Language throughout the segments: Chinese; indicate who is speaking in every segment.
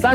Speaker 1: 三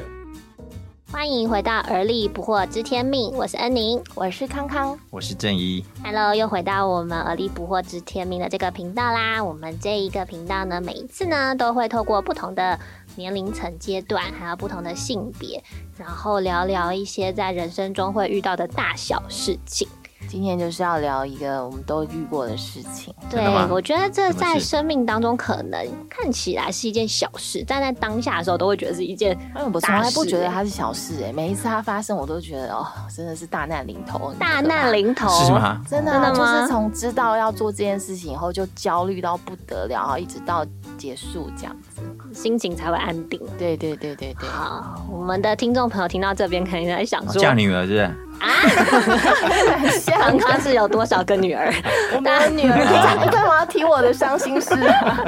Speaker 2: 欢迎回到《而立不惑知天命》，我是恩宁，我是康康。
Speaker 3: 我是正一，
Speaker 2: Hello，又回到我们《而立不惑知天命》的这个频道啦。我们这一个频道呢，每一次呢都会透过不同的年龄层阶段，还有不同的性别，然后聊聊一些在人生中会遇到的大小事情。
Speaker 4: 今天就是要聊一个我们都遇过的事情，
Speaker 2: 对
Speaker 3: 真的吗，
Speaker 2: 我觉得这
Speaker 3: 什么
Speaker 2: 在
Speaker 3: 事
Speaker 2: 生命当中可能看起来是一件小事，但在当下的时候都会觉得是一件
Speaker 4: 因为我从
Speaker 2: 大
Speaker 4: 来不
Speaker 2: 事
Speaker 4: 觉得
Speaker 2: 欸
Speaker 4: 它是小事哎、每一次它发生我都觉得哦，真的是大难临头，很
Speaker 2: 大
Speaker 4: 可怕
Speaker 2: 难。临头。
Speaker 3: 是？吗？
Speaker 4: 真的、
Speaker 2: 真
Speaker 4: 啊，
Speaker 2: 的吗
Speaker 4: 就是从知道要做这件事情以后，就焦虑到不得了，然后一直到结束这样子。
Speaker 2: 心情才会安定。
Speaker 4: 对对对对对，
Speaker 2: 好，我们的听众朋友听到这边，肯定在想说，
Speaker 3: 哦嫁女儿是不是？
Speaker 2: 康康是有多少个女儿？
Speaker 4: 我没有女儿， 你干嘛要提我的伤 心事啊？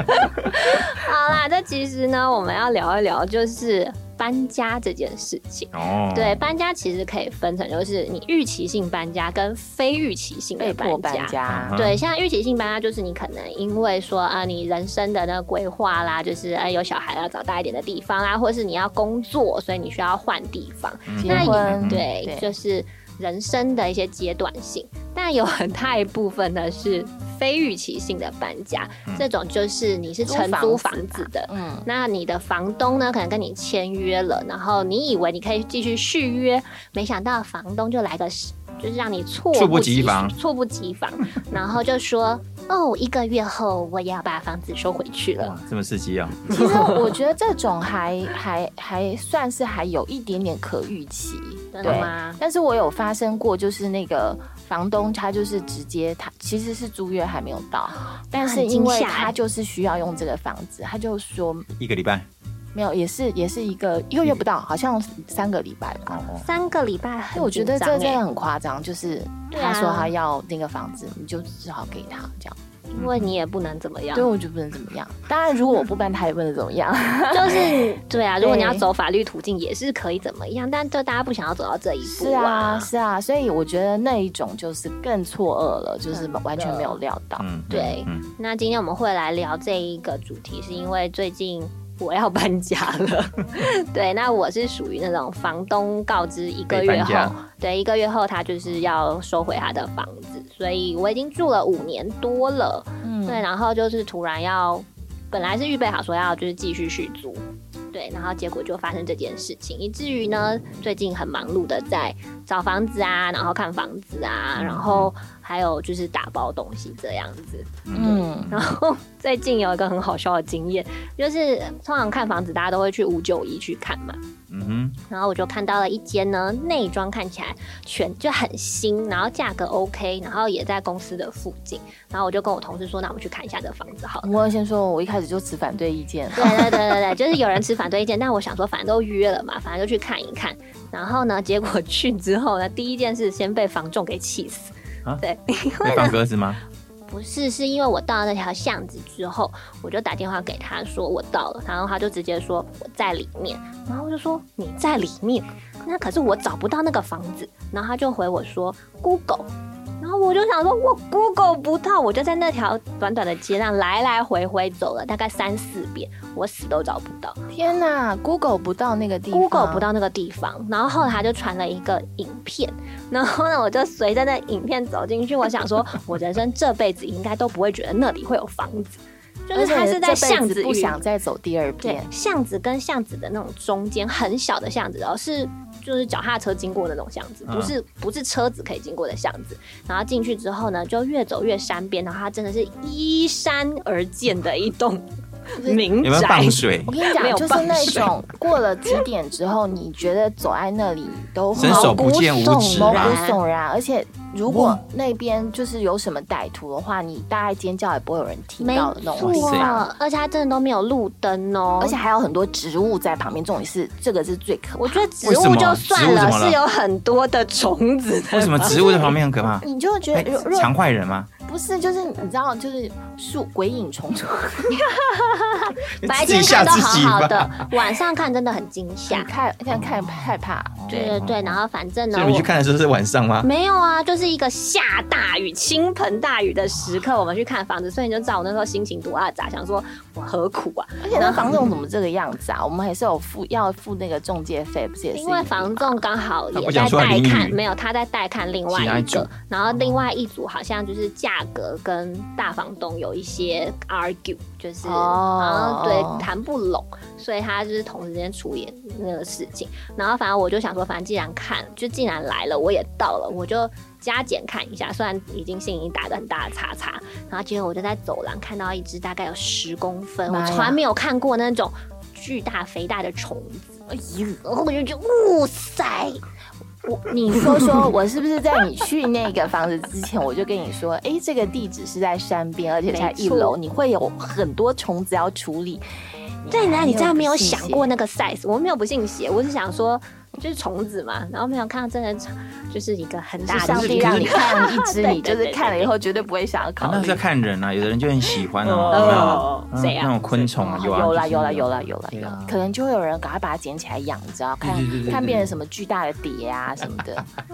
Speaker 2: 好啦，这其实呢，我们要聊一聊就是搬家这件事情。
Speaker 3: 哦，
Speaker 2: 对，，搬家其实可以分成，就是你预期性搬家跟非预期性的
Speaker 4: 被迫搬家，
Speaker 3: 嗯
Speaker 2: 对，像预期性搬家就是你可能因为说啊、你人生的那个规划啦，就是啊、有小孩要找大一点的地方啦，或是你要工作，所以你需要换地方。
Speaker 4: 结
Speaker 2: 那也
Speaker 4: 婚，嗯
Speaker 2: 对，
Speaker 4: 对
Speaker 2: 就是人生的一些阶段性，但有很大一部分呢是非预期性的搬家，这种就是你是承租
Speaker 4: 嗯租
Speaker 2: 房
Speaker 4: 房
Speaker 2: 子的。
Speaker 4: 嗯，
Speaker 2: 那你的房东呢？可能跟你签约了，然后你以为你可以继续续约，没想到房东就来个，就是让你猝
Speaker 3: 猝不
Speaker 2: 及
Speaker 3: 及防
Speaker 2: 猝不及 防，然后就说哦，一个月后我也要把房子收回去了。
Speaker 4: 嗯
Speaker 3: 哇，这么刺激啊！
Speaker 4: 其实我觉得这种还还还算是还有一点点可预期，
Speaker 2: 真的
Speaker 4: 对
Speaker 2: 吗？
Speaker 4: 但是我有发生过，就是那个房东他就是直接他其实是租约还没有 到，但是因为
Speaker 2: 惊吓欸
Speaker 4: 他就是需要用这个房子，他就说
Speaker 3: 一个礼拜，
Speaker 4: 没有，也是也是一个一个月不到，好像三个礼拜吧。
Speaker 3: 哦，
Speaker 2: 三个礼拜
Speaker 4: 因
Speaker 2: 很
Speaker 4: 为我觉得
Speaker 2: 紧张
Speaker 4: 这真
Speaker 2: 欸
Speaker 4: 的很夸张，就是
Speaker 2: 对啊嗯
Speaker 4: 他说他要那个房子，你就只好给他这样。
Speaker 2: 因为你也不能怎么样啊
Speaker 4: 对，。我就不能怎么样。当然，如果我不搬，他也不能怎么样。
Speaker 2: 就是对啊，如果你要
Speaker 4: 对
Speaker 2: 走法律途径，也是可以怎么样，但就大家不想要走到这一步
Speaker 4: 是啊，是啊，所以我觉得那一种就是更错愕了，就是完全没有料到。
Speaker 3: 嗯，
Speaker 2: 对
Speaker 3: 嗯，
Speaker 2: 那今天我们会来聊这一个主题，是因为最近我要搬家了。对，那我是属于那种房东告知一个
Speaker 3: 被
Speaker 2: 月
Speaker 3: 搬
Speaker 2: 后
Speaker 3: 家，
Speaker 2: 对，一个月后他就是要收回他的房子，所以我已经住了五年多了。
Speaker 4: 嗯，
Speaker 2: 对，然后就是突然要，本来是预备好说要就是继续续租，对，然后结果就发生这件事情，以至于呢最近很忙碌的在找房子啊，然后看房子啊，然后还有就是打包东西这样子。
Speaker 4: 嗯，
Speaker 2: 然后最近有一个很好笑的经验，就是通常看房子大家都会去五九一去看嘛，
Speaker 3: 嗯
Speaker 2: 然后我就看到了一间呢，内装看起来全就很新，然后价格 OK，然后也在公司的附近，然后我就跟我同事说，那我们去看一下这房子好了。
Speaker 4: 我先说，我一开始就持反对意见。
Speaker 2: 对对对对对，就是有人持反对意见，但我想说，反正都约了嘛，反正就去看一看。然后呢，结果 去之后呢，第一件事先被房仲给气死。
Speaker 3: 啊
Speaker 2: 对，
Speaker 3: 哼，会放鸽子吗？
Speaker 2: 不是，是因为我到那条巷子之后，我就打电话给他说我到了，然后他就直接说我在里面，然后我就说你在里面，那可是我找不到那个房子，然后他就回我说 Google。然后我就想说，我 Google 不到，我就在那条短短的街上来来回回走了大概三四遍，我死都找不到。
Speaker 4: 天哪，Google 不到那个地方
Speaker 2: Google 不到那个地方，然后后来他就传了一个影 片，然后呢，我就随着那影片走进去，我 想说，我人生这辈子应该都不会觉得那里会有房子，就
Speaker 4: 而
Speaker 2: 是
Speaker 4: 且
Speaker 2: 它是
Speaker 4: 这辈
Speaker 2: 在
Speaker 4: 子
Speaker 2: 巷子
Speaker 4: 不
Speaker 2: 与
Speaker 4: 想再走第二
Speaker 2: 对
Speaker 4: 遍。
Speaker 2: 巷子跟巷子的那种中间很小的巷子，然后是就是脚踏车经过的那种巷子，
Speaker 3: 嗯
Speaker 2: 不是不是车子可以经过的巷子。然后进去之后呢，就越走越山边，然后它真的是依山而建的一栋民
Speaker 3: 有没有
Speaker 2: 宅
Speaker 3: 放。水
Speaker 4: 我？跟你
Speaker 2: 没
Speaker 4: 讲，
Speaker 2: 有
Speaker 4: 就是
Speaker 2: 办
Speaker 4: 那
Speaker 2: 法
Speaker 4: 种过了几点之后，你觉得走在那里都
Speaker 3: 伸手不见五指
Speaker 4: 毛骨
Speaker 3: 啊！
Speaker 4: 悚然，而且如果那边就是有什么歹徒的话，你大概尖叫也不会有人听
Speaker 2: 没
Speaker 4: 到的那种地
Speaker 2: 错
Speaker 4: 方，，
Speaker 2: 而且它真的都没有路灯哦，
Speaker 4: 而且还有很多植物在旁边，重点是这个是最可
Speaker 2: 我
Speaker 4: 怕。
Speaker 2: 觉得植
Speaker 3: 为什
Speaker 2: 物
Speaker 3: 么
Speaker 2: 就算
Speaker 3: 植物
Speaker 2: 了，
Speaker 3: 怎么了
Speaker 2: 是有很多的 虫子的。
Speaker 3: 为什么植物在旁边很可怕？
Speaker 4: 你就觉
Speaker 3: 哎
Speaker 4: 得，如如
Speaker 3: 强坏人吗？
Speaker 4: 不是，就是你知道，就是树鬼影重 重，
Speaker 2: 白
Speaker 3: 自
Speaker 2: 天
Speaker 3: 吓
Speaker 2: 看都
Speaker 3: 自己
Speaker 2: 好好的
Speaker 3: 吧。，
Speaker 2: 晚上看真的很惊吓。
Speaker 4: 看现在看害怕，
Speaker 2: 对对对，然后反正呢
Speaker 3: 所以，你们去看的时候是晚上吗
Speaker 2: 我？没有啊，就是一个下大雨、倾盆大雨的时刻，我们去看房子，所以你就知道我那时候心情多阿杂，想说我何苦啊？
Speaker 4: 而且那房仲怎么这个样子啊？我们还是有付要付那个中介费，不是也是一
Speaker 2: 因为房仲刚好
Speaker 3: 他
Speaker 2: 也
Speaker 3: 不想
Speaker 2: 在
Speaker 3: 出来
Speaker 2: 带
Speaker 3: 淋
Speaker 2: 看，
Speaker 3: 雨
Speaker 2: 没有他在带看另外
Speaker 3: 其他一
Speaker 2: 一
Speaker 3: 组
Speaker 2: 个，然后
Speaker 3: 哦
Speaker 2: 另外一组好像就是价格跟大房东有一些 argue，就是
Speaker 4: 哦
Speaker 2: 然后对谈不拢，所以他就是同时间处理那个事情。然后反正我就想说，反正既然看，就既然来了，我也到了，我就加减看一下。虽然已经心已经打个很大的叉叉，然后结果我就在走廊看到一只大概有十公分，
Speaker 4: 妈
Speaker 2: 我
Speaker 4: 呀
Speaker 2: 从来没有看过那种巨大肥大的虫子。
Speaker 4: 哎呦，
Speaker 2: 然后我就觉得，哇塞！
Speaker 4: 我你说说，我是不是在你去那个房子之前，我就跟你说，哎，这个地址是在山边，而且在一楼，你会有很多虫子要处理。
Speaker 2: 对，那你这样没有想过
Speaker 4: 呢？
Speaker 2: 那个 size？我没有不信邪，我是想说，就是虫子嘛，然后没有看到真的，就是一个很大
Speaker 4: 是
Speaker 2: 的
Speaker 4: 上帝
Speaker 2: 虫
Speaker 4: 让你
Speaker 2: 子
Speaker 4: 看了一 只，你
Speaker 2: 对
Speaker 4: 就
Speaker 2: 对
Speaker 4: 是看了以后绝对不会想要
Speaker 3: 啊
Speaker 4: 考
Speaker 3: 那是
Speaker 4: 虑
Speaker 3: 要。看人啊，有的人就很喜欢哦
Speaker 2: 哦，
Speaker 3: 有没有
Speaker 2: 谁
Speaker 3: 嗯
Speaker 2: 啊
Speaker 3: 那 种昆虫啊，有啊，
Speaker 4: 有啦
Speaker 3: 就是
Speaker 4: 有啦有啦有啦
Speaker 3: 对
Speaker 4: 有
Speaker 3: 啊
Speaker 4: 啦，可能就会有人赶快把它捡起来养，你知道，看
Speaker 3: 对对对对对
Speaker 4: 看变成什么巨大的蝶啊什么的，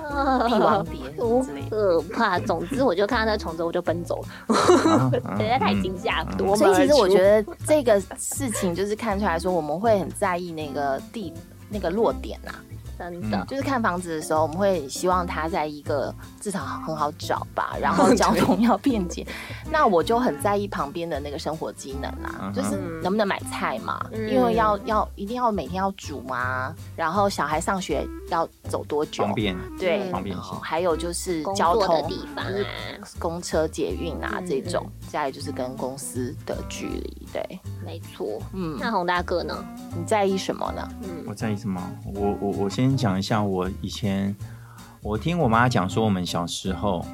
Speaker 4: 帝王蝶什么
Speaker 2: 多
Speaker 4: 之类的。
Speaker 2: 可怕！总之，我就看到那虫子，我就奔走了，
Speaker 3: 啊
Speaker 2: 实在太惊吓，
Speaker 3: 嗯
Speaker 2: 夺门
Speaker 4: 所以
Speaker 2: 而
Speaker 4: 其实我
Speaker 2: 出
Speaker 4: 觉得这个事情就是看出来说，我们会很在意那个地那个落点啊，
Speaker 2: 真的
Speaker 3: 嗯
Speaker 4: 就是看房子的时候，我们会希望它在一个至少很好找吧，然后交通要便 捷。那我就很在意旁边的那个生活机能啊
Speaker 3: 嗯哼，
Speaker 4: 就是能不能买菜嘛，
Speaker 2: 嗯
Speaker 4: 因为要要一定要每天要煮嘛，然后小孩上学要走多久
Speaker 3: 方，便，
Speaker 4: 对，
Speaker 2: 嗯
Speaker 3: 方便
Speaker 4: 然
Speaker 3: 性
Speaker 4: 后还有就是
Speaker 2: 工
Speaker 4: 交
Speaker 2: 作的
Speaker 4: 通
Speaker 2: 地方啊
Speaker 4: 就是公车、捷运啊
Speaker 2: 嗯
Speaker 4: 这种，再来就是跟公司的距离，对，
Speaker 2: 没错。
Speaker 4: 嗯，
Speaker 2: 那洪大哥呢？
Speaker 4: 你在意什么呢？
Speaker 2: 嗯
Speaker 3: 我在意什么？我我我先讲一下，我以前我听我妈讲说，我们小时候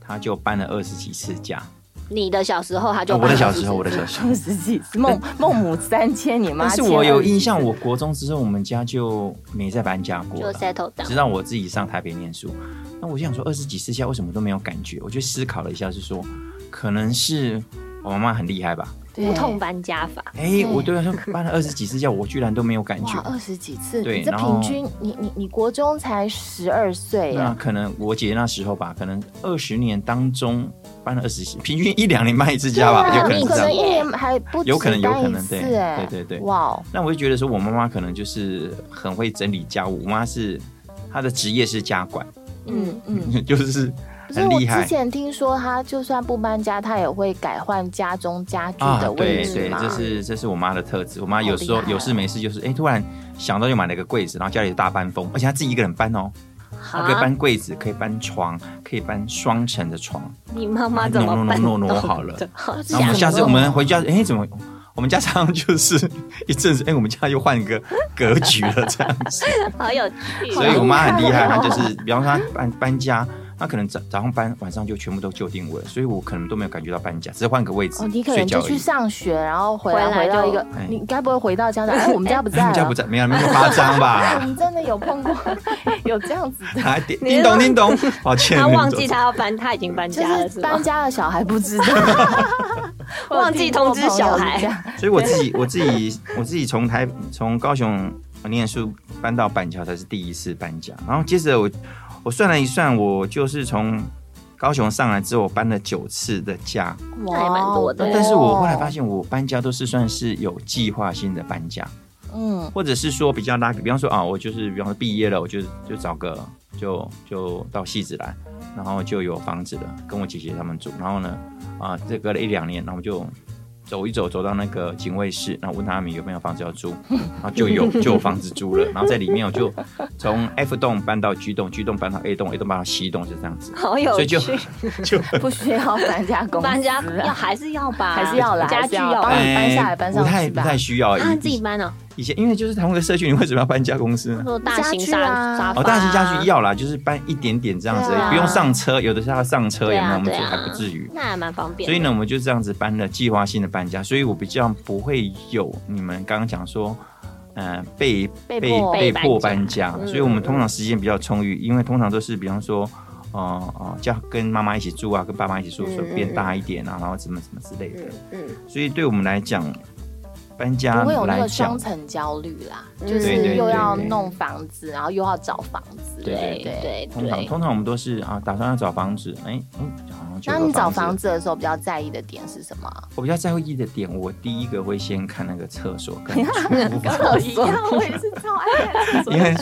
Speaker 3: 她就搬了二十几次家，哦
Speaker 2: 你的小时候他就
Speaker 3: 啊我的
Speaker 2: 搬
Speaker 3: 小
Speaker 2: 了
Speaker 3: 时候，我的小时候
Speaker 4: 二。十几次孟孟母三迁，你 妈
Speaker 3: 但是
Speaker 4: 迁
Speaker 3: 我有
Speaker 4: 二十几
Speaker 3: 印象，
Speaker 4: 次
Speaker 3: 我国中之后我们家就没再搬家过
Speaker 2: 就
Speaker 3: 了，
Speaker 2: settle down
Speaker 3: 直。到我自己上台北念书。那我就想说，二十几次下为什么都没有感觉？我就思考了一下，是说可能是我妈妈很厉害吧？
Speaker 4: 对
Speaker 2: 无痛搬家法，
Speaker 3: 哎、我对她说搬了二十几次家，我居然都没有感觉
Speaker 4: 嗯哇，。二十几次，
Speaker 3: 对
Speaker 4: 你这
Speaker 3: 然后
Speaker 4: 平均，你你你国中才十二岁
Speaker 3: 那
Speaker 4: 啊，
Speaker 3: 可能我姐那时候吧，可能二十年当中搬了二十，平均一两年搬一次家吧，
Speaker 4: 对
Speaker 3: 有
Speaker 4: 啊
Speaker 3: 可能
Speaker 4: 你
Speaker 3: 是
Speaker 4: 可
Speaker 3: 这
Speaker 4: 能
Speaker 3: 样
Speaker 4: 一。年还不止
Speaker 3: 有可能有可能
Speaker 4: 搬一次
Speaker 3: 对
Speaker 4: 哎
Speaker 3: 对对对
Speaker 4: 哇哦，
Speaker 3: 那我就觉得说，我妈妈可能就是很会整理家务，我妈是她的职业是家管，
Speaker 4: 嗯嗯。
Speaker 3: 就是
Speaker 4: 可是
Speaker 3: 很
Speaker 4: 我
Speaker 3: 厉
Speaker 4: 之
Speaker 3: 害。
Speaker 4: 前听说，他就算不搬家，他也会改换家中家具
Speaker 3: 啊
Speaker 4: 的，位
Speaker 3: 对
Speaker 4: 置
Speaker 3: 对，
Speaker 4: 嘛。
Speaker 3: 这是这是我妈的特质。我
Speaker 4: 好
Speaker 3: 妈有时候
Speaker 4: 厉害哦
Speaker 3: 有事没事就是，哎、突然想到就买了个柜子，然后家里有大搬风，而且她自己一个人搬哦，她可以
Speaker 2: 好，
Speaker 3: 搬柜子，可以搬床，可以搬双层的床，
Speaker 2: 你妈
Speaker 3: 啊
Speaker 2: 妈怎么
Speaker 3: 挪挪
Speaker 2: 搬
Speaker 3: 挪挪挪
Speaker 2: 动
Speaker 3: 好了。
Speaker 2: 的好
Speaker 3: 然后我
Speaker 2: 吓
Speaker 3: 们下次
Speaker 2: 人
Speaker 3: 我们回家，哎、怎么？我们家常常就是 一阵子，哎、我们家又换一个格局了这样 子，
Speaker 2: 好有趣，哦
Speaker 3: 所以我妈很厉害，她就是，比方说她搬搬家，她可能早早上搬，晚上就全部都就定位了，所以我可能都没有感觉到搬家，只是换个位置
Speaker 4: 哦，你可
Speaker 3: 睡
Speaker 4: 能
Speaker 3: 觉
Speaker 4: 就
Speaker 3: 而
Speaker 4: 去
Speaker 3: 已。
Speaker 4: 上学，然后回
Speaker 2: 回
Speaker 4: 来
Speaker 2: 来
Speaker 4: 回到
Speaker 2: 就
Speaker 4: 一个
Speaker 3: 哎，
Speaker 4: 你该不会回到家长？ 哎，我们家不在
Speaker 3: 他们家
Speaker 4: 了
Speaker 3: 不。在，没啊有没有夸 张吧？
Speaker 4: 你真的有碰过有这样子的？
Speaker 3: 啊，叮叮咚叮咚， 抱歉，
Speaker 2: 他忘记
Speaker 3: 叮咚
Speaker 2: 他要搬，他已经搬
Speaker 4: 就
Speaker 2: 家了，
Speaker 4: 是
Speaker 2: 是吗
Speaker 4: 搬？家的小孩不知 道，
Speaker 2: 忘记通知小孩。
Speaker 3: 所以我自己我自己我自己从台从高雄念书搬到板桥才是第一次搬家，然后接着我我算了一算，我就是从高雄上来之后我搬了九次的家，
Speaker 2: 那还蛮多的
Speaker 4: 哇哦
Speaker 3: 但是我后来发，现我搬家都是算是有计划性的搬家，
Speaker 4: 嗯，
Speaker 3: 或者是说比较拉，比方说啊，我就是比方说毕业了，我就就找个就就到戏子来，然后就有房子了，跟我姐姐他们住，然后呢啊，这隔了一两年，然后就走一走，走到那个警卫室，然后问他们有没有房子要租，然后就有 就有房子租了，然后在里面我就从 F 栋搬到 G 栋，G 栋搬到 A 栋，A 栋搬到 C 栋，就这样子，
Speaker 2: 好有
Speaker 3: 所以
Speaker 2: 趣
Speaker 3: 就，就
Speaker 4: 不需要搬家公司啊，
Speaker 2: 搬家要还是要吧，
Speaker 4: 还是要啦，
Speaker 2: 家
Speaker 4: 还
Speaker 2: 具
Speaker 4: 是要
Speaker 2: 要
Speaker 4: 帮
Speaker 2: 搬，
Speaker 4: 你搬下来
Speaker 3: 哎
Speaker 4: 搬上
Speaker 3: 不太
Speaker 4: 去
Speaker 3: 不
Speaker 4: 吧啊
Speaker 3: 太。需要，
Speaker 2: 他
Speaker 3: 以
Speaker 2: 自己搬哦，
Speaker 3: 以前因为就是同一个社区，你为什么要搬家公司呢？
Speaker 2: 做大型
Speaker 4: 家具
Speaker 2: 沙
Speaker 4: 啊
Speaker 2: 沙发，
Speaker 3: 哦，大型家具，要啦，就是搬一点点这样子而已，
Speaker 4: 对啊
Speaker 3: 不用上车，有的是要上车，
Speaker 2: 对
Speaker 3: 有没有？
Speaker 2: 啊
Speaker 3: 我们
Speaker 2: 对
Speaker 3: 觉得还
Speaker 2: 啊
Speaker 3: 不至于。
Speaker 2: 那还蛮方便。
Speaker 3: 所以呢，，我们就这样子搬了计划性的搬家，所以我比较不会有你们刚刚讲说，呃，被
Speaker 4: 被
Speaker 3: 被
Speaker 4: 迫
Speaker 3: 被迫
Speaker 2: 被搬
Speaker 3: 搬家，
Speaker 2: 嗯
Speaker 3: 所以我们通常时间比较充裕，因为通常都是比方说。哦哦，叫跟妈妈一起住啊，跟爸妈一起住，
Speaker 5: 嗯
Speaker 3: 所以变大一点啊，然后怎么怎么之类的。
Speaker 5: 嗯嗯，
Speaker 3: 所以对我们来讲，搬家
Speaker 4: 不会有那
Speaker 3: 来
Speaker 4: 个
Speaker 3: 讲
Speaker 4: 双，层焦虑啦，
Speaker 5: 嗯
Speaker 4: 就
Speaker 5: 对
Speaker 4: 是
Speaker 5: 对
Speaker 4: 又要
Speaker 3: 对对
Speaker 4: 弄房子，然后又要找房子，
Speaker 3: 对
Speaker 5: 对
Speaker 4: 对。
Speaker 5: 对
Speaker 3: 通常
Speaker 5: 对，
Speaker 3: 通常我们都是啊，打算要找房子，哎、嗯，好像就
Speaker 4: 那
Speaker 3: 有
Speaker 4: 你找房
Speaker 3: 房，
Speaker 4: 子的时候比较
Speaker 2: 嗯
Speaker 4: 在意的点是什 么？
Speaker 3: 我比较在意的点，我第一个会先看那个厕所跟厨房。
Speaker 4: 一样，我也是超爱看厕
Speaker 3: 因为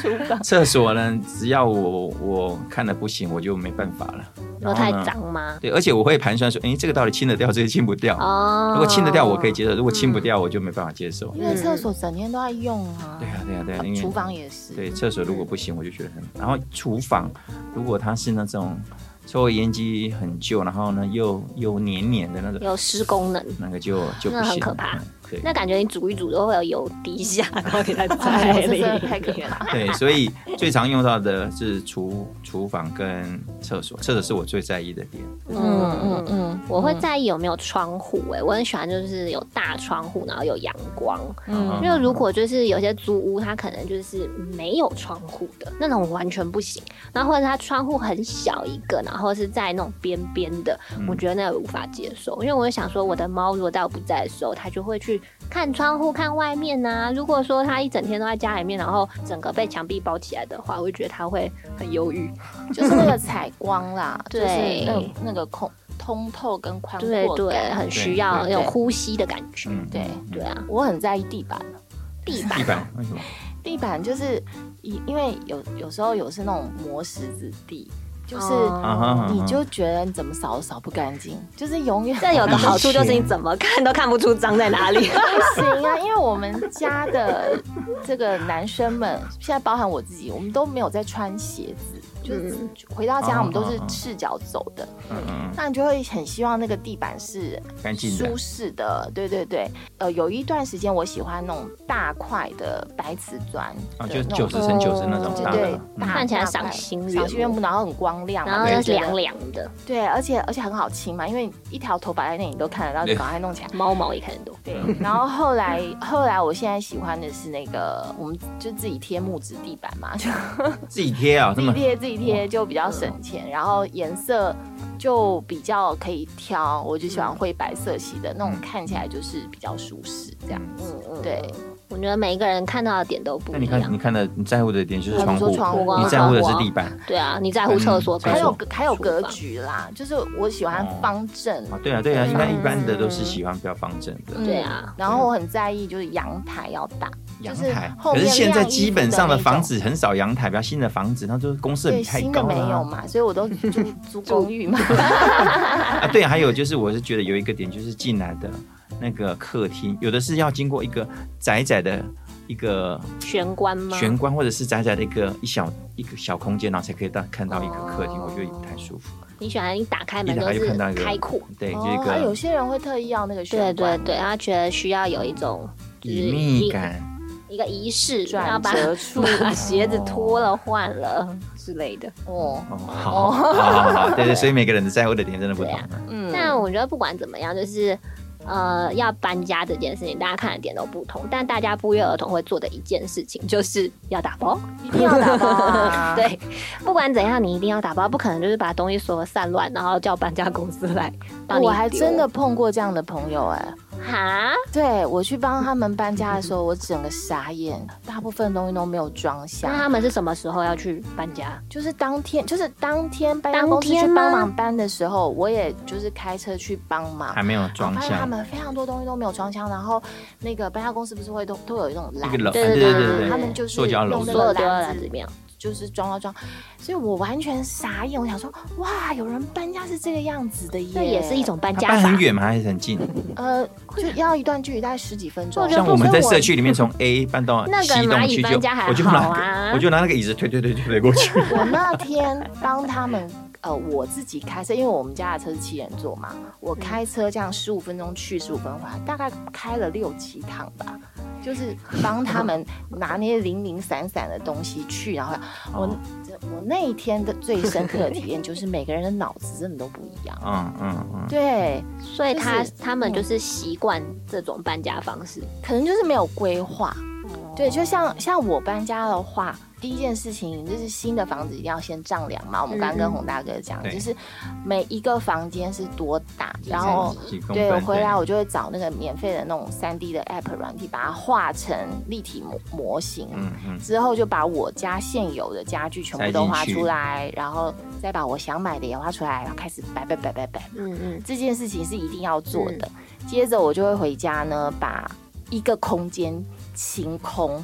Speaker 3: 厕所呢，只要我我看了不行，我就没办法了。
Speaker 2: 说
Speaker 3: 然后
Speaker 2: 太
Speaker 3: 呢
Speaker 2: 脏吗？
Speaker 3: 对，而且我会盘算说，哎、这个到底清得掉，这个清不掉。
Speaker 2: 哦，嗯
Speaker 3: 如果清得掉，我可以接受；如果清不掉，我就没办法接受。
Speaker 4: 因为厕所整天都在用啊，
Speaker 3: 对啊，对啊，对
Speaker 2: 哦
Speaker 3: 啊，因为
Speaker 4: 厨房也是，
Speaker 3: 对厕所如果不行，我就觉得很。然后厨房如果它是那种抽油烟机很旧，然后呢又又黏黏的那种，
Speaker 2: 有失功能，
Speaker 3: 那个就就不行，
Speaker 2: 那很可怕
Speaker 3: 嗯。对
Speaker 2: 那感觉你煮一煮都会有油滴下，然后 给它
Speaker 4: 哎，
Speaker 2: 在
Speaker 4: 我真
Speaker 2: 里。
Speaker 4: 的太可怜 了。
Speaker 3: 对，所以最常用到的是厨厨房跟厕所，厕所是我最在意的点。
Speaker 2: 嗯嗯嗯，
Speaker 4: 嗯，
Speaker 2: 我会在意有没有窗户、哎，我很喜欢就是有大窗户，然后有阳光。
Speaker 3: 嗯
Speaker 2: 因为如果就是有些租屋，它可能就是没有窗户的那种，完全不行。然后或者它窗户很小一个，然后是在那种边边的，
Speaker 3: 嗯
Speaker 2: 我觉得那个无法接受。因为我就想说，我的猫如果在我不在的时候，它就会去看窗户、看外面呐、如果说它一整天都在家里面，然后整个被墙壁包起来的话，我会觉得它会很忧郁。
Speaker 4: 就是那个采光啦，就是
Speaker 2: 对
Speaker 4: 那个那个空通透跟宽
Speaker 2: 对
Speaker 4: 阔
Speaker 2: 对，
Speaker 4: 感。
Speaker 2: 很需要
Speaker 3: 对
Speaker 2: 有呼吸的感觉。
Speaker 3: 嗯，
Speaker 4: 对
Speaker 3: 嗯
Speaker 2: 对，啊，
Speaker 4: 我很在意地板，
Speaker 2: 地
Speaker 3: 地
Speaker 2: 板
Speaker 3: 板为什么？
Speaker 4: 地板就是因因为有有时候有是那种磨石子地，就是
Speaker 2: 哦
Speaker 3: 啊哈，
Speaker 4: 你就觉得你怎么扫都扫不干净，就是永远
Speaker 2: 这有个好处就是你怎么看都看不出脏在哪里。
Speaker 4: 不行啊，因为我们家的这个男生们，现在包含我自己，我们都没有在穿鞋子，就是
Speaker 2: 嗯
Speaker 4: 回到家
Speaker 3: 哦
Speaker 4: 我们都是
Speaker 3: 哦哦
Speaker 4: 赤脚走的，
Speaker 3: 嗯嗯
Speaker 4: 那你就会很希望那个地板是
Speaker 3: 嗯干净的
Speaker 4: 舒，适的。对对对，呃，有一段时间我喜欢那种大块的白瓷砖，
Speaker 3: 啊，
Speaker 4: 对
Speaker 3: 就
Speaker 4: 那
Speaker 3: 九
Speaker 4: 种
Speaker 3: 十乘九十那种
Speaker 2: 哦
Speaker 3: 大
Speaker 4: 对对
Speaker 3: 的，，
Speaker 4: 大
Speaker 3: 嗯
Speaker 2: 看起来
Speaker 4: 大块
Speaker 2: 赏心悦
Speaker 4: 赏心悦
Speaker 2: 目
Speaker 4: 目，然后很光亮嘛，
Speaker 2: 然后又
Speaker 4: 就是觉得
Speaker 2: 凉凉的，
Speaker 4: 对，而且而且很好清嘛，因为一条头摆在那里你都看得到，
Speaker 3: 对
Speaker 4: 你赶快弄起来。
Speaker 2: 猫毛也看得多。
Speaker 4: 对，然后后来后来，我现在喜欢的是那个，我们就自己贴木质地板嘛，就
Speaker 3: 自己贴啊，
Speaker 4: 自
Speaker 3: 这
Speaker 4: 己
Speaker 3: 么
Speaker 4: 贴自己贴就比较省钱，然后颜色就比较可以挑，我就喜欢灰白色系的那种，
Speaker 3: 嗯
Speaker 4: 看起来就是比较舒适这样。
Speaker 2: 嗯嗯，
Speaker 4: 对，
Speaker 2: 我觉得每一个人看到的点都不
Speaker 3: 那
Speaker 2: 一
Speaker 3: 你看，
Speaker 2: 样
Speaker 3: 你。看的，你在乎的点就是
Speaker 4: 啊
Speaker 3: 窗
Speaker 4: 你说
Speaker 3: 户，
Speaker 4: 窗户啊
Speaker 3: 你在乎的是地板
Speaker 2: 对啊，你在乎厕所，
Speaker 3: 嗯
Speaker 2: 可
Speaker 4: 还
Speaker 2: 是
Speaker 4: 有
Speaker 3: 没
Speaker 4: 格还有
Speaker 2: 厨
Speaker 4: 格
Speaker 2: 房
Speaker 4: 局啦，就是我喜欢
Speaker 3: 哦
Speaker 4: 方正，
Speaker 3: 啊。对啊，对啊，一般
Speaker 4: 嗯
Speaker 3: 一般的都是喜欢比较方正的
Speaker 4: 嗯
Speaker 2: 对啊，
Speaker 4: 然后我很在意就是阳台要大，就
Speaker 3: 阳
Speaker 4: 是
Speaker 3: 台。
Speaker 4: 后
Speaker 3: 可
Speaker 4: 面
Speaker 3: 是现在
Speaker 4: 晾衣
Speaker 3: 基
Speaker 4: 服
Speaker 3: 本
Speaker 4: 的
Speaker 3: 上的
Speaker 4: 那
Speaker 3: 房
Speaker 4: 种
Speaker 3: 子很少阳台，比较新的房子，它就是公设
Speaker 4: 对
Speaker 3: 比太
Speaker 4: 新的
Speaker 3: 高
Speaker 4: 没有
Speaker 3: 了
Speaker 4: 嘛，所以 我都租租公寓嘛。
Speaker 3: 啊。对，还有就是我是觉得有一个点就是进来的那个客厅，有的是要经过一个窄窄的一个
Speaker 2: 玄关吗？
Speaker 3: 玄关，或者是窄窄的一个一小一个小空间，然后才可以到看到一个客厅，
Speaker 2: 哦
Speaker 3: 我觉得也不太舒服。
Speaker 2: 你喜欢一打开门
Speaker 3: 一打
Speaker 2: 就
Speaker 3: 开就是看到一个
Speaker 2: 开阔，
Speaker 3: 对，就一
Speaker 4: 哦，啊有
Speaker 3: 个
Speaker 4: 些人会特意要那个
Speaker 2: 对
Speaker 4: 玄
Speaker 2: 对
Speaker 4: 关
Speaker 2: 对，他觉得需要有一种就是
Speaker 3: 隐秘感。
Speaker 2: 一个仪式，要
Speaker 4: 转
Speaker 2: 把
Speaker 4: 折处
Speaker 2: 把鞋子脱了换了之类的。
Speaker 4: 哦，
Speaker 3: 哦，好，好好，好，对对，所以每个人的在乎的点真的不同
Speaker 2: 对啊。
Speaker 4: 嗯，
Speaker 2: 但我觉得不管怎么样，就是呃要搬家这件事情，大家看的点都不同，但大家不约而同会做的一件事情就是要打包。，
Speaker 4: 一定要打包啊
Speaker 2: 对，不管怎样，你一定要打包，不可能就是把东西所有散乱，然后叫搬家公司来帮你
Speaker 4: 我还
Speaker 2: 丢
Speaker 4: 真的碰过这样的朋友哎、
Speaker 2: 哈，
Speaker 4: 对我去帮他们搬家的时候，我整个傻眼，大部分东西都没有装
Speaker 2: 那
Speaker 4: 下。
Speaker 2: 他们是什么时候要去搬家？
Speaker 4: 就是当天，就是当天搬家
Speaker 2: 当
Speaker 4: 公司去
Speaker 2: 天吗
Speaker 4: 帮忙搬的时候，我也就是开车去帮忙
Speaker 3: 还，没有装
Speaker 4: 发现他
Speaker 2: 哦
Speaker 3: 箱，
Speaker 4: 们非常多东西都没有装箱，然后那个搬家公司不是会都都有一种
Speaker 3: 一
Speaker 4: 篮
Speaker 3: 个楼，
Speaker 4: 子，
Speaker 2: 对
Speaker 3: 对
Speaker 2: 对
Speaker 3: 对
Speaker 2: 对
Speaker 3: 对，
Speaker 4: 他们就是
Speaker 3: 塑胶楼
Speaker 4: 用
Speaker 3: 梯
Speaker 4: 那
Speaker 2: 所
Speaker 4: 个
Speaker 2: 有都要
Speaker 4: 篮
Speaker 2: 篮
Speaker 4: 子
Speaker 2: 子面，
Speaker 4: 就是装装装，所以我完全傻眼，我想说，哇，有人搬家是这个样子的耶，
Speaker 2: 这也是一种搬
Speaker 3: 它
Speaker 2: 家
Speaker 3: 搬
Speaker 2: 法
Speaker 3: 很。远吗？还是很近？
Speaker 4: 呃，就要一段距离，大概十几分钟
Speaker 2: 我。觉得
Speaker 3: 像
Speaker 2: 不
Speaker 3: 我们在
Speaker 2: 所以我
Speaker 3: 社区里面从 A 搬到
Speaker 2: 那个
Speaker 3: 西
Speaker 2: 蚂
Speaker 3: 栋
Speaker 2: 蚁
Speaker 3: 去，
Speaker 2: 搬
Speaker 3: 就
Speaker 2: 家还
Speaker 3: 我就
Speaker 2: 好
Speaker 3: 拿
Speaker 2: 啊
Speaker 3: 我就拿那个椅子推推推推推过去。
Speaker 4: 我那天帮他们，呃，我自己开车，因为我们家的车是七人座嘛，我开车这样十五分钟去，十五分钟回来，大概开了六七趟吧。就是帮他们拿那些零零散散的东西去，然后我
Speaker 3: 哦
Speaker 4: 我那一天的最深刻的体验就是每个人的脑子真的都不 一样。
Speaker 3: 嗯嗯嗯，
Speaker 4: 对，
Speaker 2: 所以他
Speaker 4: 就是嗯
Speaker 2: 他们就是习惯这种搬家方式。
Speaker 4: 可能就是没有规划。对，就像像我搬家的话，第一件事情就是新的房子一定要先丈量嘛。我们刚刚跟洪大哥讲，
Speaker 3: 嗯对
Speaker 4: 就是每一个房间是多大，然后
Speaker 3: 几公
Speaker 4: 对我
Speaker 3: 分
Speaker 4: 回来我就会找那个免费的那种三 D 的 App 软体，把它画成立体模模型。
Speaker 3: 嗯嗯，
Speaker 4: 之后就把我家现有的家具全部都画
Speaker 3: 塞进去
Speaker 4: 出来，然后再把我想买的也画出来，然后开始摆摆摆摆摆。
Speaker 2: 嗯嗯，
Speaker 4: 这件事情是一定要做的。
Speaker 3: 嗯
Speaker 4: 接着我就会回家呢，把一个空间清空，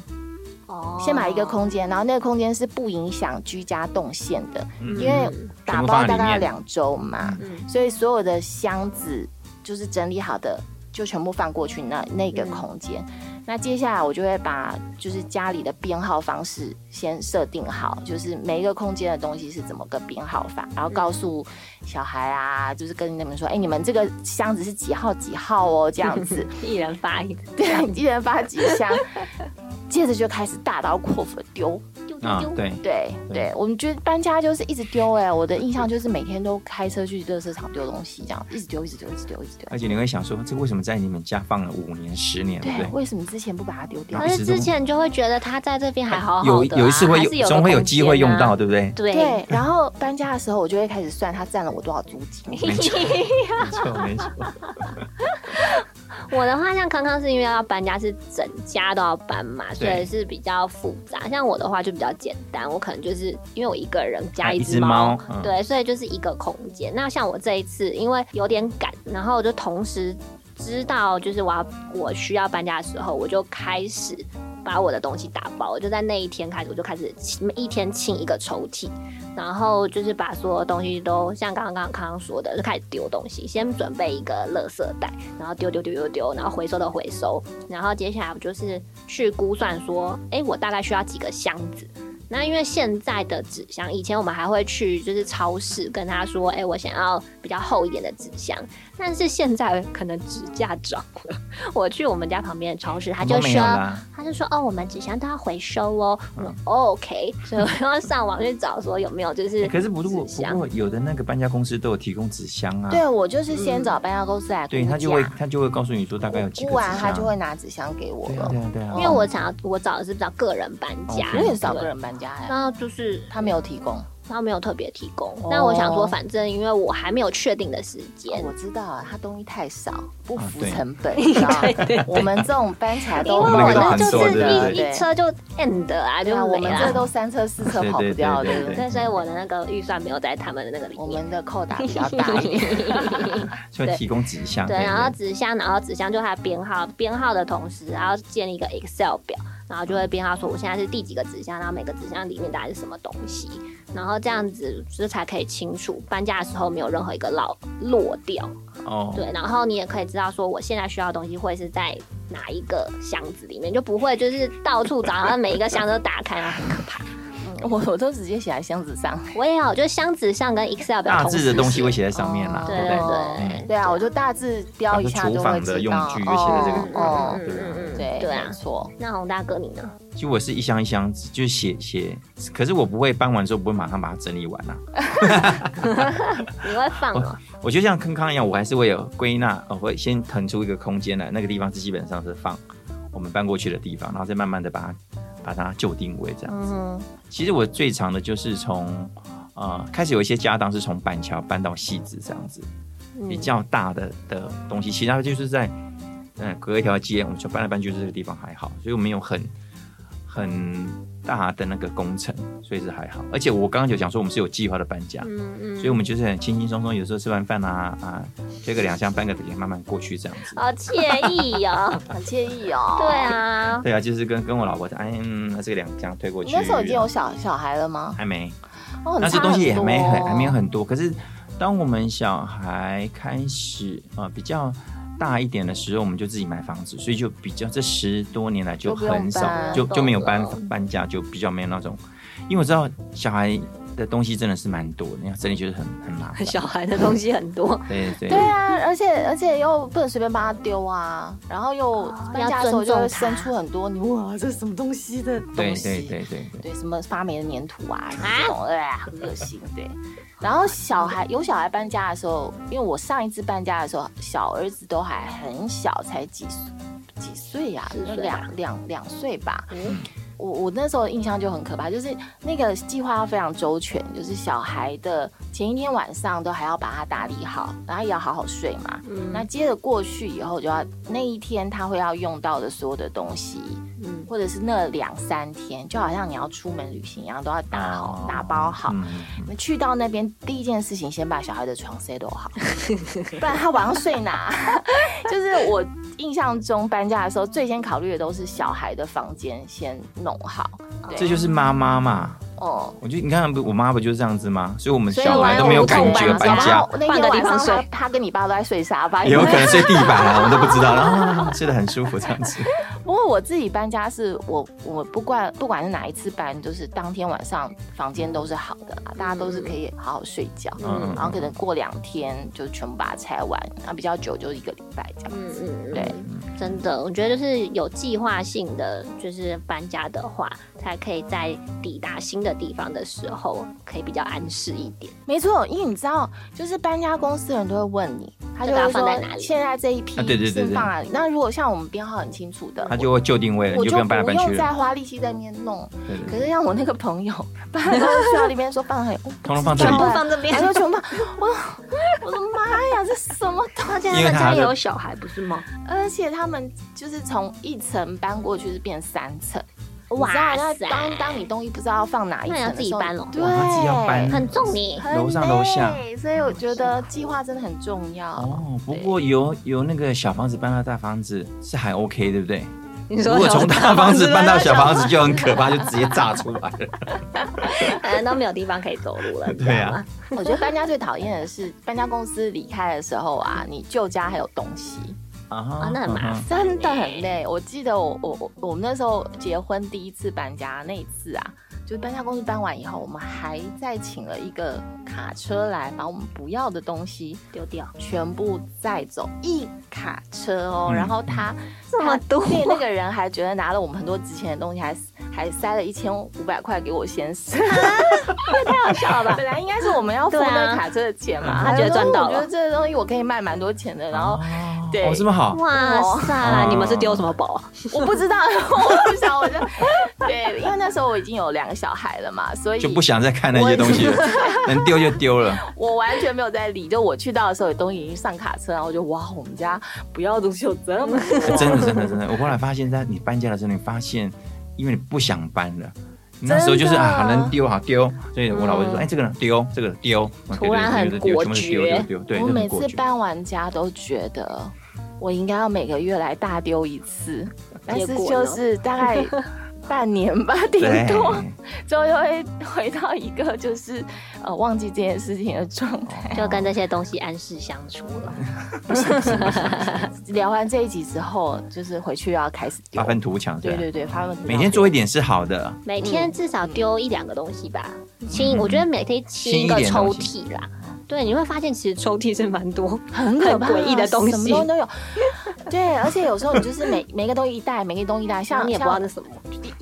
Speaker 2: 哦
Speaker 4: 先把一个，空间，然后那个空间是不影响居家动线的，
Speaker 3: 嗯
Speaker 4: 因为打包大
Speaker 3: 全部放在里
Speaker 4: 概
Speaker 3: 面
Speaker 4: 两周嘛，
Speaker 2: 嗯
Speaker 4: 所以所有的箱子就是整理好的，就全部放过去那那个空间。那接下来我就会把就是家里的编号方式先设定好，就是每一个空间的东西是怎么个编号法，然后告诉小孩啊，就是跟你们说，哎、你们这个箱子是几号几号哦，这样 子。
Speaker 2: 一人发一个，
Speaker 4: 对，一人发几箱，接着就开始大刀阔斧地丢。
Speaker 2: 丢
Speaker 3: 啊
Speaker 2: 丢，丢，
Speaker 3: 对，
Speaker 4: 对对，我们觉得搬家就是一直丢哎、我的印象就是每天都开车去垃圾场丢东西，这样一直丢，一直丢，一直丢，一直丢。
Speaker 3: 而且你会想说，这为什么在你们家放了五年、十年，对不
Speaker 4: 对，
Speaker 3: 对？
Speaker 4: 为什么之前不把它丢掉
Speaker 2: 可？是之前就会觉得他在这边还好好的啊、
Speaker 3: 有有一次会
Speaker 2: 还是有
Speaker 3: 有，
Speaker 2: 个
Speaker 3: 总会有机会用到，
Speaker 2: 空
Speaker 3: 对不 对？
Speaker 2: 间啊，
Speaker 4: 对，然后搬家的时候，我就会开始算它占了我多少租金。
Speaker 3: 没错，没错，没错。
Speaker 2: 对，我的话像康康是因为要搬家，是整家都要搬嘛，所以
Speaker 3: 对
Speaker 2: 是比较复杂。像我的话就比较简单，我可能就是因为我一个人 加
Speaker 3: 啊
Speaker 2: 一
Speaker 3: 一
Speaker 2: 只
Speaker 3: 只
Speaker 2: 猫，
Speaker 3: 猫嗯
Speaker 2: 对，所以就是一个空间。那像我这一次，因为有点赶，然后我就同时知道，就是我要我需要搬家的时候，我就开始。把我的东西打包，我就在那一天开始，我就开始清一天清一个抽屉，然后就是把所有东西都像刚刚刚刚刚说的，就开始丢东西，先准备一个垃圾袋，然后丢丢丢丢丢，然后回收的回收，然后接下来我就是去估算说，诶，我大概需要几个箱子。那因为现在的纸箱，以前我们还会去就是超市跟他说，诶，我想要比较厚一点的纸箱，但是现在可能纸价涨了。我去我们家旁边的超市，他就
Speaker 3: 都没有
Speaker 2: 说，
Speaker 3: 啦，嗯
Speaker 2: 他就说：“哦，我们纸箱都要回收哦。我说 OK，所以我要上网去找说有没有就是
Speaker 3: 欸可是不过
Speaker 2: 纸
Speaker 3: 不
Speaker 2: 箱
Speaker 3: 过有的那个搬家公司都有提供纸箱啊，
Speaker 4: 对，我就是先找搬家公司来估
Speaker 3: 对，
Speaker 4: 价，
Speaker 3: 他就会他就会告诉你说大概有几个
Speaker 4: 估
Speaker 3: 纸
Speaker 2: 啊
Speaker 4: 完
Speaker 3: 箱，
Speaker 4: 他就会拿纸箱给我
Speaker 3: 对啊
Speaker 4: 了
Speaker 3: 对。啊对啊，
Speaker 2: 因为我想要我找的是比较个人搬家，
Speaker 3: OK
Speaker 4: 我也是找个人搬家
Speaker 2: 对，
Speaker 4: 哎，
Speaker 2: 然后就是
Speaker 4: 他没有提供。
Speaker 2: 然后没有特别提供
Speaker 4: 哦。
Speaker 2: 那我想说，反正因为我还没有确定的时间，
Speaker 4: 我知道啊，他东西太少，不
Speaker 3: 啊
Speaker 4: 符
Speaker 3: 对
Speaker 4: 成本。你知道吗我们这种搬起来
Speaker 2: 因为
Speaker 4: 都
Speaker 3: 我们
Speaker 2: 我
Speaker 3: 那个
Speaker 2: 那
Speaker 3: 很
Speaker 2: 就
Speaker 3: 多
Speaker 2: 是
Speaker 3: 对对
Speaker 2: 一一车就 end 啊，
Speaker 4: 对
Speaker 2: 就
Speaker 4: 啊，我
Speaker 2: 没
Speaker 4: 们这
Speaker 2: 了。
Speaker 4: 都三车四车
Speaker 3: 对
Speaker 4: 跑不
Speaker 3: 对
Speaker 4: 掉
Speaker 3: 对
Speaker 4: 的
Speaker 3: 对。
Speaker 2: 对，所以我的那个预算没有在他们的那个里
Speaker 4: 我
Speaker 2: 面。
Speaker 4: 们的扣打比较 大一点，
Speaker 3: 就会提供纸箱，
Speaker 2: 对，然后纸箱，然后纸箱就它编号，编号的同时，然后建立一个 Excel 表，然后就会编号说我现在是第几个纸箱，然后每个纸箱里面大概是什么东西，然后这样子就是才可以清楚搬家的时候没有任何一个落落掉。
Speaker 3: 哦，
Speaker 2: 对，然后你也可以知道说我现在需要的东西会是在哪一个箱子里面，就不会就是到处找，然后每一个箱都打开，然后很可怕。
Speaker 4: 我我都直接写在箱子上。
Speaker 2: 我也有，就是箱子上跟 Excel 表
Speaker 3: 大
Speaker 2: 同
Speaker 3: 致
Speaker 2: 时
Speaker 3: 的东西
Speaker 2: 写
Speaker 3: 会写在 上面啦，
Speaker 4: 哦
Speaker 2: 对
Speaker 3: 对不对？哎
Speaker 2: 对
Speaker 4: 对啊，我就大致标一下
Speaker 3: 像是
Speaker 4: 就
Speaker 3: 厨
Speaker 4: 会
Speaker 3: 房
Speaker 4: 知道。
Speaker 3: 的用具就写在这个
Speaker 2: 嗯
Speaker 3: 里面
Speaker 4: 哦
Speaker 2: 嗯，
Speaker 3: 对啊
Speaker 2: 嗯嗯嗯
Speaker 4: 对
Speaker 2: 对啊
Speaker 4: 没。错。
Speaker 2: 那洪大哥你呢？
Speaker 3: 其实我是一箱一箱就写写，可是我不会搬完之后不会马上把它整理完啊。
Speaker 2: 你会放哦？
Speaker 3: 我就像康康一样，我还是会有归纳，我会先腾出一个空间来，那个地方是基本上是放我们搬过去的地方，然后再慢慢的把它把它就定位这样子。
Speaker 2: 嗯，
Speaker 3: 其实我最长的就是从呃开始有一些家当是从板桥搬到戏子这样子，
Speaker 2: 嗯
Speaker 3: 比
Speaker 4: 嗯
Speaker 3: 较大的的东西，其他就是在嗯隔一条街，我们就搬来搬去，这个地方还好，所以我没有很很大的那个工程，所以是还好。而且我刚刚就讲说我们是有计划的搬家，
Speaker 2: 嗯嗯，
Speaker 3: 所以我们就是很轻轻松松，有时候吃完饭啊啊，推个两箱搬个也慢慢过去这样子。
Speaker 2: 好惬意哦。
Speaker 4: 很惬意哦。
Speaker 2: 对，啊，
Speaker 3: 对啊，就是跟跟我老婆讲，哎，嗯那这个两箱推过
Speaker 4: 你
Speaker 3: 去。
Speaker 4: 那时候已经有小小孩了吗？
Speaker 3: 还没，
Speaker 4: 哦，
Speaker 3: 但
Speaker 4: 很
Speaker 3: 是
Speaker 4: 差
Speaker 3: 东西也
Speaker 4: 多
Speaker 3: 没很还没有
Speaker 4: 哦。
Speaker 3: 很多。可是当我们小孩开始啊、呃比较大一点的时候，我们就自己买房子，所以就比较这十多年来就
Speaker 4: 都不用
Speaker 3: 很少
Speaker 4: 搬，
Speaker 3: 就就没有
Speaker 2: 懂
Speaker 3: 搬
Speaker 2: 了
Speaker 3: 搬家，就比较没有那种。因为我知道小孩的东西真的是蛮多的，你要整理就是很很麻烦。
Speaker 2: 小孩的东西很多，
Speaker 3: 对对
Speaker 4: 对啊，而且而且又不能随便帮他丢啊，然后又
Speaker 2: 哦
Speaker 4: 搬家的时候
Speaker 2: 要尊
Speaker 4: 就
Speaker 2: 重
Speaker 4: 会
Speaker 2: 他
Speaker 4: 生出很多你哇，这是什么东西的
Speaker 3: 对
Speaker 4: 东西？
Speaker 3: 对对对对。
Speaker 4: 对，什么发霉的粘土啊，这种，哎、呀，很恶心。对，然后小孩有小孩搬家的时候，因为我上一次搬家的时候，小儿子都还很小，才几岁，几岁啊呀、
Speaker 2: 四岁吧
Speaker 4: 两两两岁吧。
Speaker 2: 嗯
Speaker 4: 我我那时候印象就很可怕，就是那个计划要非常周全，就是小孩的前一天晚上都还要把它打理好，然后也要好好睡嘛。
Speaker 2: 嗯
Speaker 4: 那接着过去以后，就要那一天他会要用到的所有的东西，
Speaker 2: 嗯
Speaker 4: 或者是那两三天，就好像你要出门旅行一样，都要打好、打包好。
Speaker 3: 嗯
Speaker 4: 那去到那边第一件事情，先把小孩的床 settle 好，不然他晚上睡哪？ 就是我印象中搬家的时候，最先考虑的都是小孩的房间先弄好。对
Speaker 3: 啊这就是妈妈嘛。
Speaker 4: 哦、
Speaker 3: 我就你看，不我妈不就是这样子吗？所以我们
Speaker 4: 所以我
Speaker 3: 小孩都没有感觉
Speaker 2: 我
Speaker 3: 搬家，
Speaker 4: 那
Speaker 2: 换
Speaker 4: 天
Speaker 2: 个
Speaker 4: 晚
Speaker 2: 地
Speaker 4: 上
Speaker 2: 方
Speaker 4: 他
Speaker 2: 睡
Speaker 4: 他跟你爸都在睡沙发，
Speaker 3: 也有可能睡地板啊，我们都不知道。 然后睡得很舒服这样子。
Speaker 4: 不过我自己搬家是我我不管不管是哪一次搬，就是当天晚上房间都是好的啦，大家都是可以好好睡觉。
Speaker 3: 嗯
Speaker 4: 然后可能过两天就全部把它拆完，然后比较久就一个礼拜这样。
Speaker 2: 嗯嗯，
Speaker 4: 对
Speaker 2: 嗯，真的，我觉得就是有计划性的，就是搬家的话，才可以在抵达新的地方的时候，可以比较安适一点。
Speaker 4: 没错，因为你知道，就是搬家公司的人都会问你，他就
Speaker 2: 就把
Speaker 4: 会
Speaker 2: 它
Speaker 4: 说
Speaker 2: 放在哪里
Speaker 4: 现在这一批
Speaker 3: 啊对对对
Speaker 4: 先
Speaker 3: 对
Speaker 4: 放哪里。那如果像我们编号很清楚的，
Speaker 3: 他就会就定位了，
Speaker 4: 我
Speaker 3: 你
Speaker 4: 就
Speaker 3: 就不用搬来
Speaker 4: 不
Speaker 3: 搬去
Speaker 4: 用再
Speaker 3: 了。
Speaker 4: 花力气在那边弄。
Speaker 3: 对对
Speaker 4: 可
Speaker 3: 对，
Speaker 4: 是像我那个朋友， 搬家公司去到那边说搬很，
Speaker 3: 通通放这
Speaker 2: 全
Speaker 3: 里
Speaker 2: 部，放这边
Speaker 4: 然，后全部放，我我的妈呀，这什么东啊
Speaker 2: 他现
Speaker 3: 因为
Speaker 2: 在
Speaker 3: 他
Speaker 2: 家也
Speaker 3: 的
Speaker 2: 有小孩，不是吗？
Speaker 4: 而且他们就是从一层搬过去是变三层，
Speaker 2: 哇
Speaker 4: 那
Speaker 2: 塞
Speaker 4: 当当你东西不知道放哪一层
Speaker 2: 那
Speaker 4: 的时候，
Speaker 2: 要自己搬咯
Speaker 4: 对，
Speaker 3: 哇他自己要搬
Speaker 2: 很重 你，
Speaker 4: 很
Speaker 3: 楼上楼下
Speaker 4: 累，所以我觉得计划真的很重要。
Speaker 3: 哦，不
Speaker 4: 对
Speaker 3: 过由由那个小房子搬到大房子是还 OK，对不对？
Speaker 5: 你
Speaker 3: 如果从大房子搬到小房子就很可怕，就直接炸出来了。
Speaker 2: 反正都没有地方可以走路 了，你 知
Speaker 3: 对
Speaker 2: 道
Speaker 3: 啊
Speaker 2: 吗？
Speaker 4: 我觉得搬家最讨厌的是搬家公司离开的时候啊，你旧家还有东西，
Speaker 3: 啊
Speaker 2: 啊那很麻烦
Speaker 4: 真的
Speaker 2: 哎
Speaker 4: 很累。我记得我我我我们那时候结婚第一次搬家那一次啊，就是搬家公司搬完以后，我们还再请了一个卡车来把我们不要的东西
Speaker 2: 丢掉，
Speaker 4: 全部载走，一卡车哦。
Speaker 3: 嗯
Speaker 4: 然后他
Speaker 2: 这么多
Speaker 4: 那那个人还觉得拿了我们很多值钱的东西，还还塞了一千五百块给我先 生，太好笑了吧？本来应该是我们要付
Speaker 2: 对啊
Speaker 4: 那个卡车的钱嘛，
Speaker 2: 他觉得
Speaker 4: 就说
Speaker 2: 赚到了
Speaker 4: 我觉得这个东西我可以卖蛮多钱的，然后
Speaker 3: 哦
Speaker 4: 对
Speaker 3: 哦这么好，
Speaker 2: 哇
Speaker 3: 哦
Speaker 2: 塞！啊你们是丢什么宝？啊
Speaker 4: 我不 知道，我不想，我就对，因为那时候我已经有两个小孩了嘛，所以
Speaker 3: 就不想再看那些东西了，能丢就丢了。
Speaker 4: 我完全没有在理。就我去到的时候，东西已经上卡车，然后我就哇，我们家不要的东西有这么多，
Speaker 3: 真的，真的，真的。我后来发现，在你搬家的时候，你发现，因为你不想搬了。你那时候就是
Speaker 4: 真的
Speaker 3: 啊，能丢好丢，所以我老婆就说：“
Speaker 4: 嗯
Speaker 3: 哎，这个呢丢，这个丢。”
Speaker 2: 突然很
Speaker 3: 对对对对对全部是丢
Speaker 2: 果决
Speaker 3: 丢丢，对，
Speaker 4: 我
Speaker 3: 就
Speaker 4: 每
Speaker 3: 很果
Speaker 4: 次
Speaker 3: 决。
Speaker 4: 搬完家都觉得我应该要每个月来大丢一次，但是
Speaker 2: 结果
Speaker 4: 就
Speaker 2: 呢
Speaker 4: 是大概 半年吧，顶
Speaker 3: 对，
Speaker 4: 多之后就会回到一个就是呃忘记这件事情的状
Speaker 3: 哦
Speaker 4: 态。
Speaker 2: 就跟这些东西安适相处了。
Speaker 4: 聊完这一集之后，就是回去又要开始丢
Speaker 3: 发，愤图强，
Speaker 4: 对
Speaker 3: 对啊
Speaker 4: 对对，发愤图强
Speaker 3: 每天做一点是好的，
Speaker 2: 每天至少丢一两个东西吧，清，
Speaker 3: 嗯
Speaker 2: 我觉得每天清一个抽屉啦。对，你会发现其实抽屉是蛮多，
Speaker 4: 很可怕，
Speaker 2: 很诡异的东西
Speaker 4: 什么东西都有。对，而且有时候你就是每 每个东西一袋，每个东西一袋，
Speaker 2: 然后
Speaker 4: 像
Speaker 2: 你也不知道
Speaker 4: 像
Speaker 2: 那什么。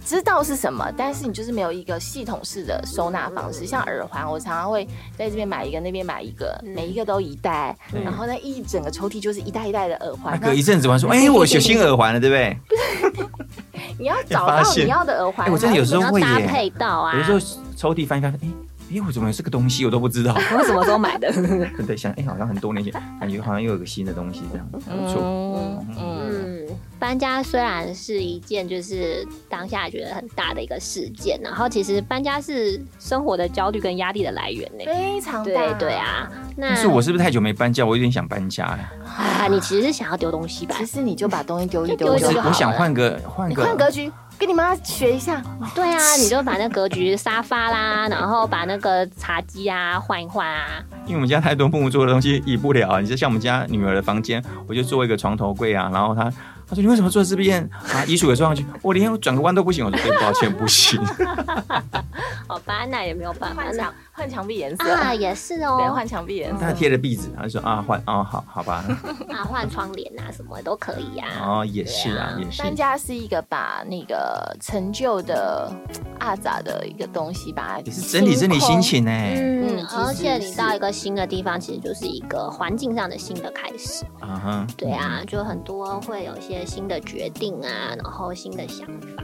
Speaker 4: 知道是什么，但是你就是没有一个系统式的收纳方式。像耳环，我常常会在这边买一个，那边买一个，
Speaker 2: 嗯
Speaker 4: 每一个都一袋，
Speaker 3: 对
Speaker 4: 然后呢一整个抽屉就是一袋一袋的耳
Speaker 3: 那
Speaker 4: 环。
Speaker 3: 隔一阵子玩说，哎，我有新耳环了，对不对？
Speaker 4: 那你要找
Speaker 3: 发
Speaker 4: 到
Speaker 3: 现
Speaker 4: 你要的耳环，
Speaker 3: 哎我真的有时候
Speaker 2: 你要
Speaker 3: 会
Speaker 2: 搭
Speaker 3: 耶
Speaker 2: 配到啊
Speaker 3: 有，时候抽屉翻一翻，哎、哎、我怎么有这个东西，我都不知道。
Speaker 2: 我什么时候买的？
Speaker 3: 对，想哎、好像很多年前，感觉好像又有个新的东西这样，不错。
Speaker 4: 嗯嗯，
Speaker 2: 嗯，搬家虽然是一件就是当下觉得很大的一个事件，然后其实搬家是生活的焦虑跟压力的来源呢。
Speaker 4: 非常大
Speaker 2: 对，对啊，那
Speaker 3: 但是我是不是太久没搬家？我有点想搬家了。
Speaker 2: 啊，你其实是想要丢东西吧
Speaker 4: 其？实你就把东西丢一丢
Speaker 2: 就
Speaker 3: 我
Speaker 2: 丢
Speaker 3: 是
Speaker 2: 一
Speaker 4: 就
Speaker 2: 丢
Speaker 4: 好
Speaker 3: 我想
Speaker 4: 了
Speaker 3: 换个换
Speaker 4: 你
Speaker 3: 个，
Speaker 4: 换格局，跟你妈学一下。
Speaker 2: 对啊，你就把那格局沙发啦，然后把那个茶几啊换一换啊，
Speaker 3: 因为我们家太多木做的东西移不了、啊。你就像我们家女儿的房间，我就做一个床头柜啊，然后她她说你为什么做这边啊？衣橱也装上去，我连转个弯都不行。我说对，抱歉，不行。
Speaker 2: 好吧，哦那也没有办法
Speaker 4: 换。
Speaker 2: 那
Speaker 4: 墙换墙壁颜色，
Speaker 2: 啊，也是
Speaker 4: 对，
Speaker 2: 哦，
Speaker 4: 换墙壁颜
Speaker 3: 她
Speaker 4: 色。
Speaker 3: 贴了壁纸，她说啊换哦好好吧，
Speaker 2: 啊，换窗帘啊，什么都可以啊。
Speaker 3: 哦也是啊也是。
Speaker 4: 搬家是一个把那个陈旧的啊阿杂的一个东西把它
Speaker 3: 也是整理整理心情哎、
Speaker 2: 嗯，
Speaker 4: 嗯其实
Speaker 2: 而且你
Speaker 4: 是
Speaker 2: 到一个新的地方，其实就是一个环境上的新的开始。
Speaker 3: 啊哈，
Speaker 2: 对啊，就很多会有一些新的决定啊，然后新的想法。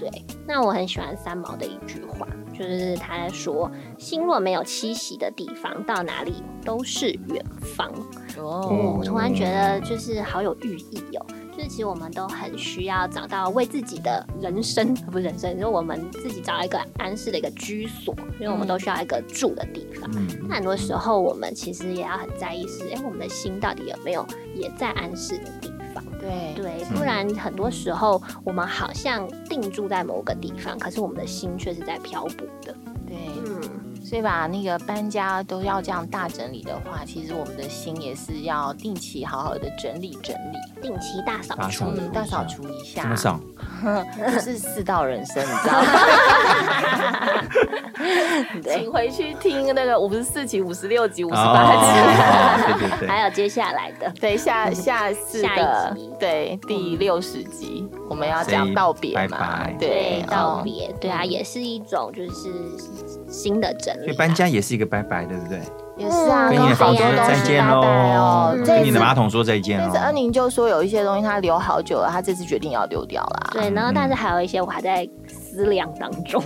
Speaker 2: 对，那我很喜欢三毛的一句话，就是他在说：“心若没有栖息的地方，到哪里都是远方。”
Speaker 3: 嗯
Speaker 4: 哦，
Speaker 2: 我突然觉得就是好有寓意哦。就是其实我们都很需要找到为自己的人生， 不是人生，就是我们自己找到一个安适的一个居所，因为我们都需要一个住的地方。
Speaker 3: 嗯
Speaker 2: 那很多时候我们其实也要很在意是，哎、我们的心到底有没有也在安适的地方？
Speaker 4: 对，
Speaker 2: 对，
Speaker 3: 嗯
Speaker 2: 不然很多时候我们好像定住在某个地方，可是我们的心却是在漂泊的。
Speaker 4: 对，
Speaker 2: 嗯，
Speaker 4: 所以把那个搬家都要这样大整理的话，其实我们的心也是要定期好好的整理整理，
Speaker 2: 定期大扫
Speaker 3: 打
Speaker 2: 除
Speaker 3: 扫。
Speaker 4: 嗯，大扫除一下，
Speaker 3: 这么少，
Speaker 4: 就是世道人生，你知道吗？ 请回去听那个五十四集、五十六集、五十八集。
Speaker 3: 哦对对对，
Speaker 2: 还有接下来的，
Speaker 4: 对，下下次
Speaker 2: 下
Speaker 4: 的
Speaker 2: 一集
Speaker 4: 对第六十集，我们要讲
Speaker 3: Say
Speaker 4: 道别嘛，
Speaker 3: 拜拜
Speaker 2: 对
Speaker 4: 对，，
Speaker 2: 道
Speaker 4: 嗯。
Speaker 2: 别，对啊，也是一种就是新的整理
Speaker 3: 所
Speaker 2: 啊、
Speaker 3: 以搬家也是一个拜拜，对不对？
Speaker 4: 也是啊，
Speaker 3: 跟你
Speaker 4: 好
Speaker 3: 的房
Speaker 2: 房
Speaker 3: 子
Speaker 2: 子
Speaker 3: 说
Speaker 2: 说
Speaker 3: 再见
Speaker 4: 喽
Speaker 3: 喽，，
Speaker 4: 哦
Speaker 3: 跟
Speaker 4: 这
Speaker 3: 你
Speaker 4: 次
Speaker 3: 的马桶说再见
Speaker 4: 这
Speaker 3: 喽
Speaker 4: 次。恩宁就说有一些东西他留好久了，他这次决定要丢掉啦。
Speaker 2: 对，然后
Speaker 3: 嗯
Speaker 2: 但是还有一些我还在思量当 中，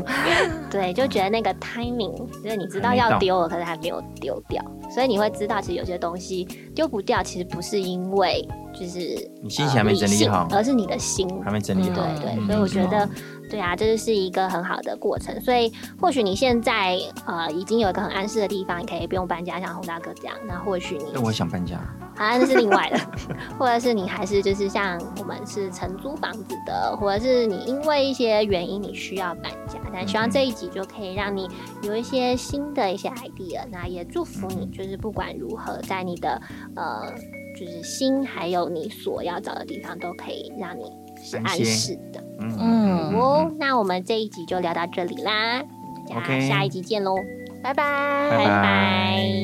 Speaker 2: 对，就觉得那个 timing，就是你知道
Speaker 3: 还没
Speaker 2: 要
Speaker 3: 到
Speaker 2: 丢了，可是还没有丢掉，所以你会知道，其实有些东西丢不掉，其实不是因为就是
Speaker 3: 你心情还没整理好
Speaker 2: 呃理性而是你的心。
Speaker 3: 还没整理好，
Speaker 2: 对对，
Speaker 3: 嗯
Speaker 2: 所以我觉得
Speaker 3: 嗯，
Speaker 2: 对啊，这就是一个很好的过程。所以或许你现在呃已经有一个很安适的地方，你可以不用搬家，像洪大哥这样。那或许你
Speaker 3: 但我也想搬家，
Speaker 2: 啊，那是另外的， 或者是你还是就是像我们是承租房子的，或者是你因为一些原因你需要搬家，但希望这一集就可以让你有一些新的一些 idea，那也祝福你，就是不管如何，在你的呃就是心还有你所要找的地方，都可以让你是
Speaker 3: 安
Speaker 2: 安
Speaker 3: 心
Speaker 2: 适的。
Speaker 3: 嗯
Speaker 4: 嗯
Speaker 2: 好哦，那我们这一集就聊到这里啦，大家
Speaker 3: OK
Speaker 2: 下一集见喽，
Speaker 4: 拜拜
Speaker 3: 拜
Speaker 2: 拜拜